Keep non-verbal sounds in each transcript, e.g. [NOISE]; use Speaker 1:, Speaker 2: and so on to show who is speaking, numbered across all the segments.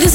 Speaker 1: This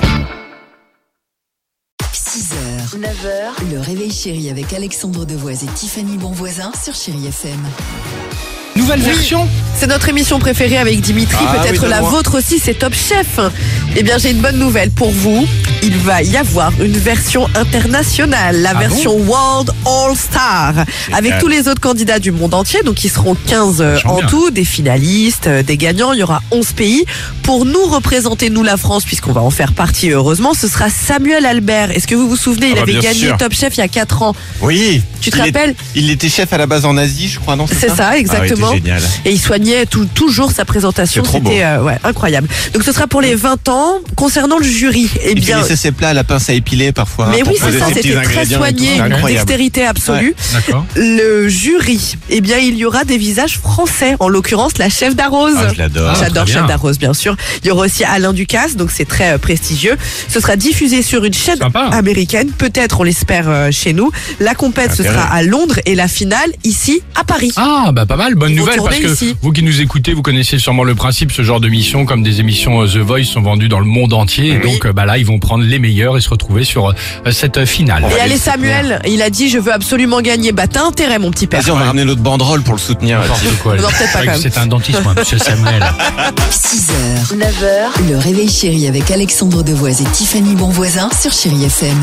Speaker 2: 6h, 9h, le réveil chéri avec Alexandre Devoise et Tiffany Bonvoisin sur Chérie FM.
Speaker 3: Nouvelle version
Speaker 4: C'est notre émission préférée avec Dimitri,
Speaker 3: Ah oui,
Speaker 4: peut-être
Speaker 3: de
Speaker 4: la
Speaker 3: loin.
Speaker 4: vôtre aussi, c'est Top Chef. Eh bien, j'ai une bonne nouvelle pour vous. Il va y avoir une version internationale, la
Speaker 3: Ah
Speaker 4: version World All Star, avec tous les autres candidats du monde entier. Donc, ils seront 15 euh,
Speaker 3: Ça chante
Speaker 4: en
Speaker 3: bien.
Speaker 4: tout, des finalistes, euh, des gagnants. Il y aura 11 pays. Pour nous représenter, nous, la France, puisqu'on va en faire partie, heureusement, ce sera Samuel Albert. Est-ce que vous vous souvenez, il
Speaker 5: Ah bah,
Speaker 4: avait
Speaker 5: bien
Speaker 4: gagné
Speaker 5: sûr.
Speaker 4: Top Chef il y a 4 ans.
Speaker 5: Oui.
Speaker 4: Tu te
Speaker 5: Il est-
Speaker 4: rappelles
Speaker 5: Il était chef à la base en Asie, je crois, non
Speaker 4: C'est ça, exactement.
Speaker 5: Ah ouais, génial.
Speaker 4: Et il soignait tout- toujours sa présentation.
Speaker 5: C'est trop
Speaker 4: C'était euh, ouais, incroyable. Donc ce sera pour les 20 ans. Concernant le jury, eh
Speaker 5: Il
Speaker 4: bien.
Speaker 5: laissait ses plats à la pince à épiler parfois.
Speaker 4: Mais
Speaker 5: hein,
Speaker 4: oui,
Speaker 5: pour
Speaker 4: c'est
Speaker 5: poser
Speaker 4: ça,
Speaker 5: ses petits
Speaker 4: c'était très
Speaker 5: ingrédients et tout.
Speaker 4: soigné,
Speaker 5: C'est
Speaker 4: une
Speaker 5: incroyable.
Speaker 4: dextérité absolue.
Speaker 3: D'accord.
Speaker 4: Le jury, eh bien, il y aura des visages français, en l'occurrence la chef d'Arose.
Speaker 5: Ah, je l'adore.
Speaker 3: Ah,
Speaker 4: J'adore
Speaker 3: très
Speaker 4: Chef
Speaker 3: bien.
Speaker 4: d'Arose, bien sûr. Il y aura aussi Alain Ducasse, donc c'est très euh, prestigieux. Ce sera diffusé sur une chaîne
Speaker 3: Sympa.
Speaker 5: hein.
Speaker 4: américaine, peut-être, on l'espère, euh, chez nous. La compète, ce
Speaker 5: Intérêt.
Speaker 4: sera à Londres et la finale, ici, à Paris.
Speaker 3: Ah bah pas mal, bonne
Speaker 4: Ils vont
Speaker 3: nouvelle parce
Speaker 4: tourner
Speaker 3: que
Speaker 4: ici.
Speaker 3: vous qui nous écoutez, vous connaissez sûrement le principe, ce genre de missions comme des émissions euh, The Voice sont vendues dans le monde entier, et donc euh, bah là ils vont prendre les meilleurs et se retrouver sur euh, cette euh, finale.
Speaker 4: Et allez Samuel, il a dit je veux absolument gagner. Bah t'as intérêt mon petit père.
Speaker 5: Vas-y, on va ramener l'autre banderole pour le soutenir.
Speaker 3: N'importe quoi.
Speaker 4: Non, peut-être pas,
Speaker 3: C'est vrai
Speaker 4: quand
Speaker 3: que
Speaker 4: même.
Speaker 3: C'est un dentiste, moi, monsieur Samuel.
Speaker 4: [LAUGHS]
Speaker 2: 6h, 9h, le réveil chéri avec Alexandre Devoise et Tiffany Bonvoisin sur Chérie FM.